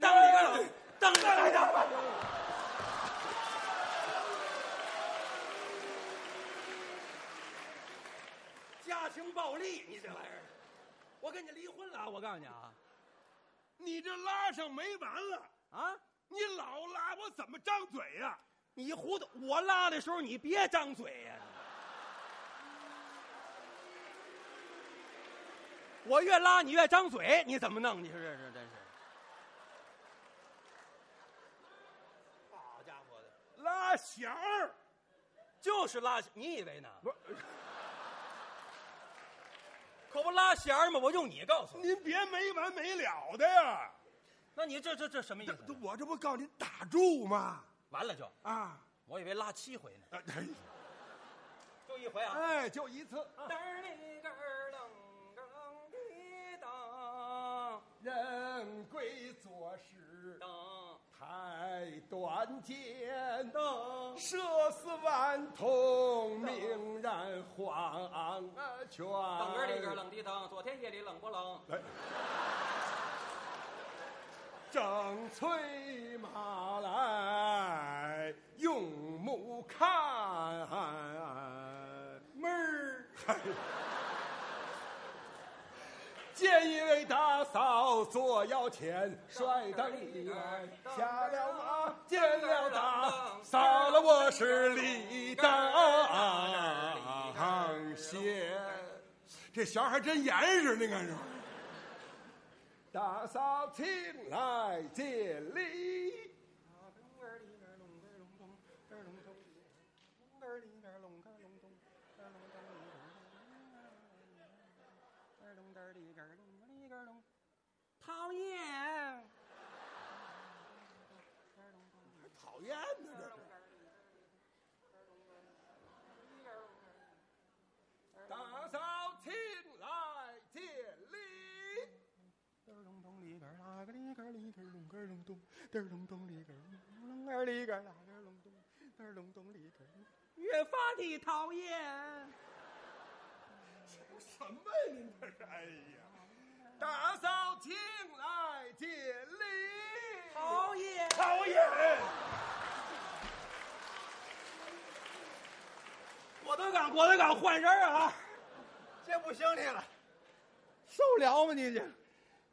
[SPEAKER 5] 当里个啷，当里个啷。家庭暴力，你这玩意儿，我跟你离婚了啊，我告诉你啊，
[SPEAKER 3] 你这拉上没完了，
[SPEAKER 5] 啊，
[SPEAKER 3] 你老拉我怎么张嘴呀、
[SPEAKER 5] 你糊涂，我拉的时候你别张嘴呀、我越拉你越张嘴，你怎么弄？你说这是真是，好家伙的，
[SPEAKER 3] 拉弦儿，
[SPEAKER 5] 就是拉，你以为呢？
[SPEAKER 3] 不是
[SPEAKER 5] 可不拉弦儿吗？我用你告诉你，
[SPEAKER 3] 您别没完没了的呀！
[SPEAKER 5] 那你这这这什么意思
[SPEAKER 3] 这？这我这不告您打住吗？
[SPEAKER 5] 完了就，
[SPEAKER 3] 啊，
[SPEAKER 5] 我以为拉七回呢，
[SPEAKER 3] 哎
[SPEAKER 5] 就一回啊。
[SPEAKER 3] 哎，就一次。
[SPEAKER 5] 嘚儿哩个儿楞个楞滴当
[SPEAKER 3] 人贵做事
[SPEAKER 5] 当
[SPEAKER 3] 太短见，
[SPEAKER 5] 当，
[SPEAKER 3] 社死顽童明然黄泉。
[SPEAKER 5] 当个儿哩个儿楞滴当，昨天夜里冷不冷？
[SPEAKER 3] 正催马来，用目看门儿。 见一位大嫂坐摇前，摔灯一来下了马，见了大嫂了我是李当先。这弦儿还真严实，你看是吧？大嫂请来见礼，
[SPEAKER 6] 讨厌。
[SPEAKER 3] 讨厌呢这是。大嫂请来见礼。
[SPEAKER 6] 嘚儿隆咚里个儿啦个里个儿里个儿隆个儿隆咚，嘚儿隆咚里个儿隆个儿里个儿啦个儿隆咚，嘚儿隆咚里个儿，越发的讨厌。
[SPEAKER 3] 什么呀？您这是？哎呀！大嫂请来见礼。
[SPEAKER 6] 讨厌，
[SPEAKER 3] 讨厌！
[SPEAKER 5] 我都敢，我都敢换人啊！
[SPEAKER 3] 这不行你了，
[SPEAKER 6] 受了吗你这？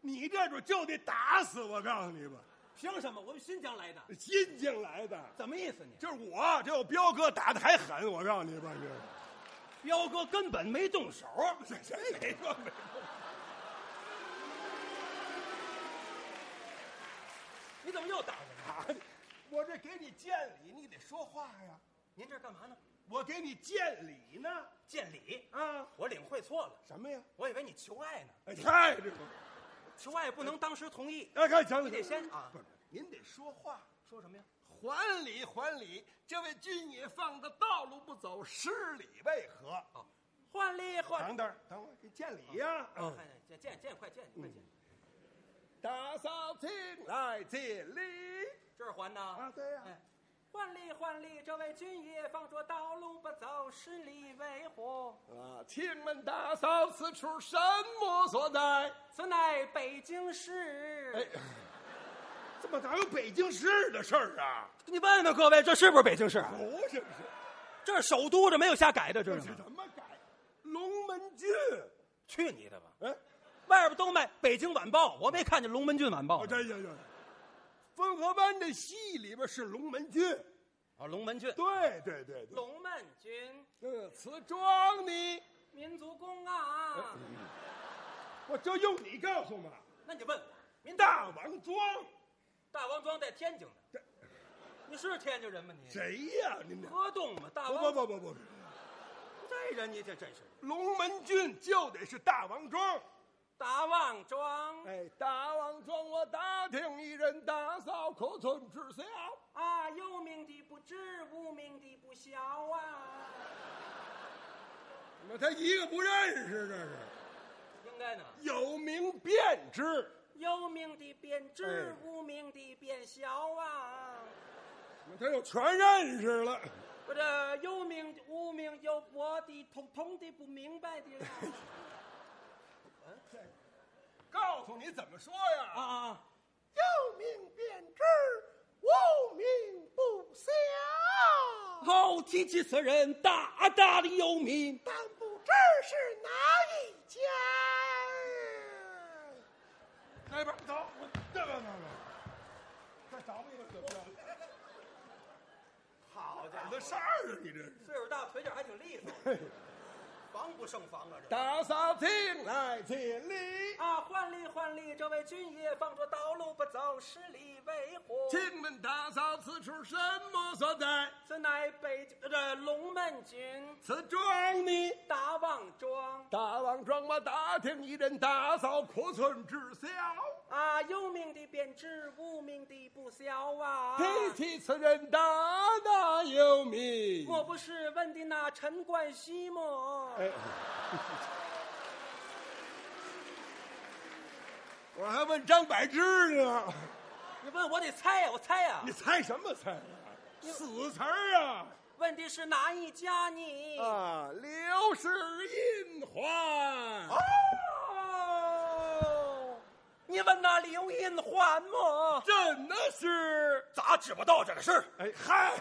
[SPEAKER 3] 你这主就得打死我，告诉你吧，
[SPEAKER 2] 凭什么？我们新疆来的，
[SPEAKER 3] 新疆来的，
[SPEAKER 2] 怎么意思你？
[SPEAKER 3] 就是我，这我彪哥打的还狠，我告诉你吧，这
[SPEAKER 2] 彪哥根本没动手，
[SPEAKER 3] 谁谁谁说没？
[SPEAKER 2] 你怎么又打人了？
[SPEAKER 3] 我这给你见礼，你得说话呀。
[SPEAKER 2] 您这干嘛呢？
[SPEAKER 3] 我给你见礼呢，
[SPEAKER 2] 见礼，
[SPEAKER 3] 啊，
[SPEAKER 2] 我领会错了，
[SPEAKER 3] 什么呀？
[SPEAKER 2] 我以为你求爱呢，
[SPEAKER 3] 哎，太这个，
[SPEAKER 2] 求爱不能当时同意，
[SPEAKER 3] 哎，看行了，
[SPEAKER 2] 你得先啊
[SPEAKER 3] 不是，您得说话。
[SPEAKER 2] 说什么呀？
[SPEAKER 3] 还礼还礼，这位军爷放的道路不走，失礼为何？
[SPEAKER 2] 换礼换
[SPEAKER 3] 哦等等，等会儿，这见礼呀、嗯
[SPEAKER 2] 啊，见见见，快见快见，
[SPEAKER 3] 打扫进来，见礼
[SPEAKER 2] 这儿还
[SPEAKER 3] 啊，
[SPEAKER 2] 呢。
[SPEAKER 3] 对呀、
[SPEAKER 2] 哎，换礼换礼，这位军爷放着道路不走，失礼为何？
[SPEAKER 3] 啊，请问打扫此处什么所在？
[SPEAKER 2] 此乃北京市。
[SPEAKER 3] 哎，怎么咱们北京市的事儿啊？
[SPEAKER 2] 你问问各位，这是不是北京市？啊
[SPEAKER 3] 不是不是，
[SPEAKER 2] 这是首都，这没有瞎改的，这
[SPEAKER 3] 这
[SPEAKER 2] 是
[SPEAKER 3] 是怎么改？龙门郡，
[SPEAKER 2] 去你的吧！
[SPEAKER 3] 哎，
[SPEAKER 2] 外边都卖《北京晚报》，我没看见《龙门郡晚报
[SPEAKER 3] 哦，》真行行。汾河湾的戏里边是龙门郡，
[SPEAKER 2] 啊，龙门郡。
[SPEAKER 3] 对对对对，
[SPEAKER 5] 龙门军
[SPEAKER 3] 嗯，瓷庄呢？
[SPEAKER 5] 民族宫啊，
[SPEAKER 3] 哎我就用你告诉嘛，
[SPEAKER 2] 那你问我，
[SPEAKER 3] 您大王庄
[SPEAKER 2] 大王庄在天津呢？你是天津人吗？你
[SPEAKER 3] 谁呀、您这
[SPEAKER 2] 河东吗？大
[SPEAKER 3] 不
[SPEAKER 2] 王
[SPEAKER 3] 不不不不，
[SPEAKER 2] 这人你这真是
[SPEAKER 3] 龙门郡就得是大王庄。
[SPEAKER 5] 大王庄
[SPEAKER 3] 哎，大王庄我打听一人，打扫可村知晓。
[SPEAKER 5] 啊，有名的不知，无名的不晓啊，
[SPEAKER 3] 怎么他一个不认识？这是
[SPEAKER 5] 应该呢，
[SPEAKER 3] 有名便知，
[SPEAKER 5] 有名的便知
[SPEAKER 3] 哎，
[SPEAKER 5] 无名的便晓啊，
[SPEAKER 3] 怎么他又全认识了。
[SPEAKER 5] 不这有名的无名有我的，统统的不明白的啦，
[SPEAKER 3] 告诉你怎么说呀？
[SPEAKER 2] 啊啊！啊！
[SPEAKER 3] 有名便知，无名不晓。
[SPEAKER 2] 好，提起此人，大大的有名。
[SPEAKER 3] 但不知是哪一家。那边走，我这边那边，再找一个怎么着？
[SPEAKER 2] 好家
[SPEAKER 3] 怎么事儿啊？你这是
[SPEAKER 2] 岁数大，腿脚还挺 利索，防不胜防啊！这
[SPEAKER 3] 打扫进来，尽力。
[SPEAKER 5] 啊，换礼换礼，这位军爷放着道路不走，十里为何？
[SPEAKER 3] 请问打扫此处什么所在？
[SPEAKER 5] 此乃北京呃这龙门军
[SPEAKER 3] 此庄呢？
[SPEAKER 5] 大王庄。
[SPEAKER 3] 大王庄我打听一人，打扫库存知晓。
[SPEAKER 5] 啊，有名的便知，无名的不晓啊。
[SPEAKER 3] 提起哎此人，大大有名。
[SPEAKER 5] 莫不是问的那陈冠希么？
[SPEAKER 3] 哎，我还问张柏芝呢，
[SPEAKER 2] 你问我得猜呀，我猜呀
[SPEAKER 3] 你。猜什么猜啊？死词儿啊！
[SPEAKER 5] 问的是哪一家呢？
[SPEAKER 3] 啊，刘氏印环。
[SPEAKER 5] 哦，你问那刘银环么？
[SPEAKER 3] 真的是咋指不到这个事儿？哎嗨，